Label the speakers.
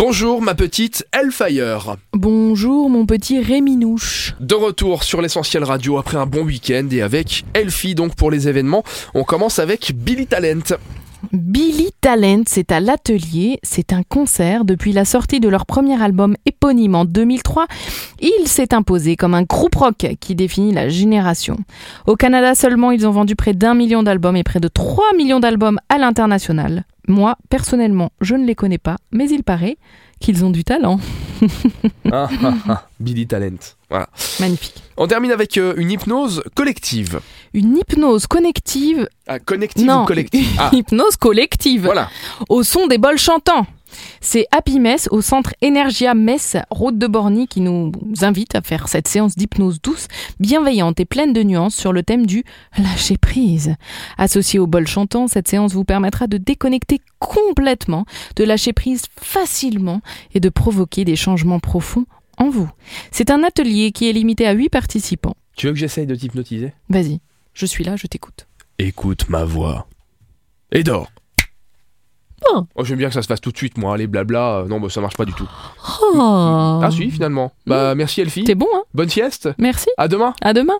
Speaker 1: Bonjour ma petite Hellfire.
Speaker 2: Bonjour mon petit Réminouche.
Speaker 1: De retour sur l'essentiel radio après un bon week-end et avec Elfie donc pour les événements. On commence avec Billy Talent.
Speaker 2: Billy Talent, c'est à l'atelier, c'est un concert. Depuis la sortie de leur premier album éponyme en 2003, il s'est imposé comme un groupe rock qui définit la génération. Au Canada seulement, ils ont vendu près d'un million d'albums et près de 3 millions d'albums à l'international. Moi, personnellement, je ne les connais pas, mais il paraît qu'ils ont du talent.
Speaker 1: Ah, ah, ah, Billy Talent. Voilà.
Speaker 2: Magnifique.
Speaker 1: On termine avec euh, une hypnose collective.
Speaker 2: Une hypnose connective.
Speaker 1: Ah, connective
Speaker 2: non,
Speaker 1: ou collective
Speaker 2: une
Speaker 1: Ah,
Speaker 2: hypnose collective.
Speaker 1: voilà.
Speaker 2: au son des bols chantants. C'est Happy Mess au centre Energia Mess, route de Borny, qui nous invite à faire cette séance d'hypnose douce, bienveillante et pleine de nuances sur le thème du lâcher prise. Associée au bol chantant, cette séance vous permettra de déconnecter complètement, de lâcher prise facilement et de provoquer des changements profonds en vous. C'est un atelier qui est limité à 8 participants.
Speaker 1: Tu veux que j'essaye de t'hypnotiser
Speaker 2: Vas-y, je suis là, je t'écoute.
Speaker 1: Écoute ma voix. Et dors.
Speaker 2: Oh.
Speaker 1: j'aime bien que ça se fasse tout de suite moi, les blabla. euh, non, bah, ça marche pas du tout.
Speaker 2: Oh
Speaker 1: Ah si, finalement. Bah merci Elfie.
Speaker 2: T'es bon, hein
Speaker 1: Bonne sieste.
Speaker 2: Merci.
Speaker 1: À demain.
Speaker 2: À demain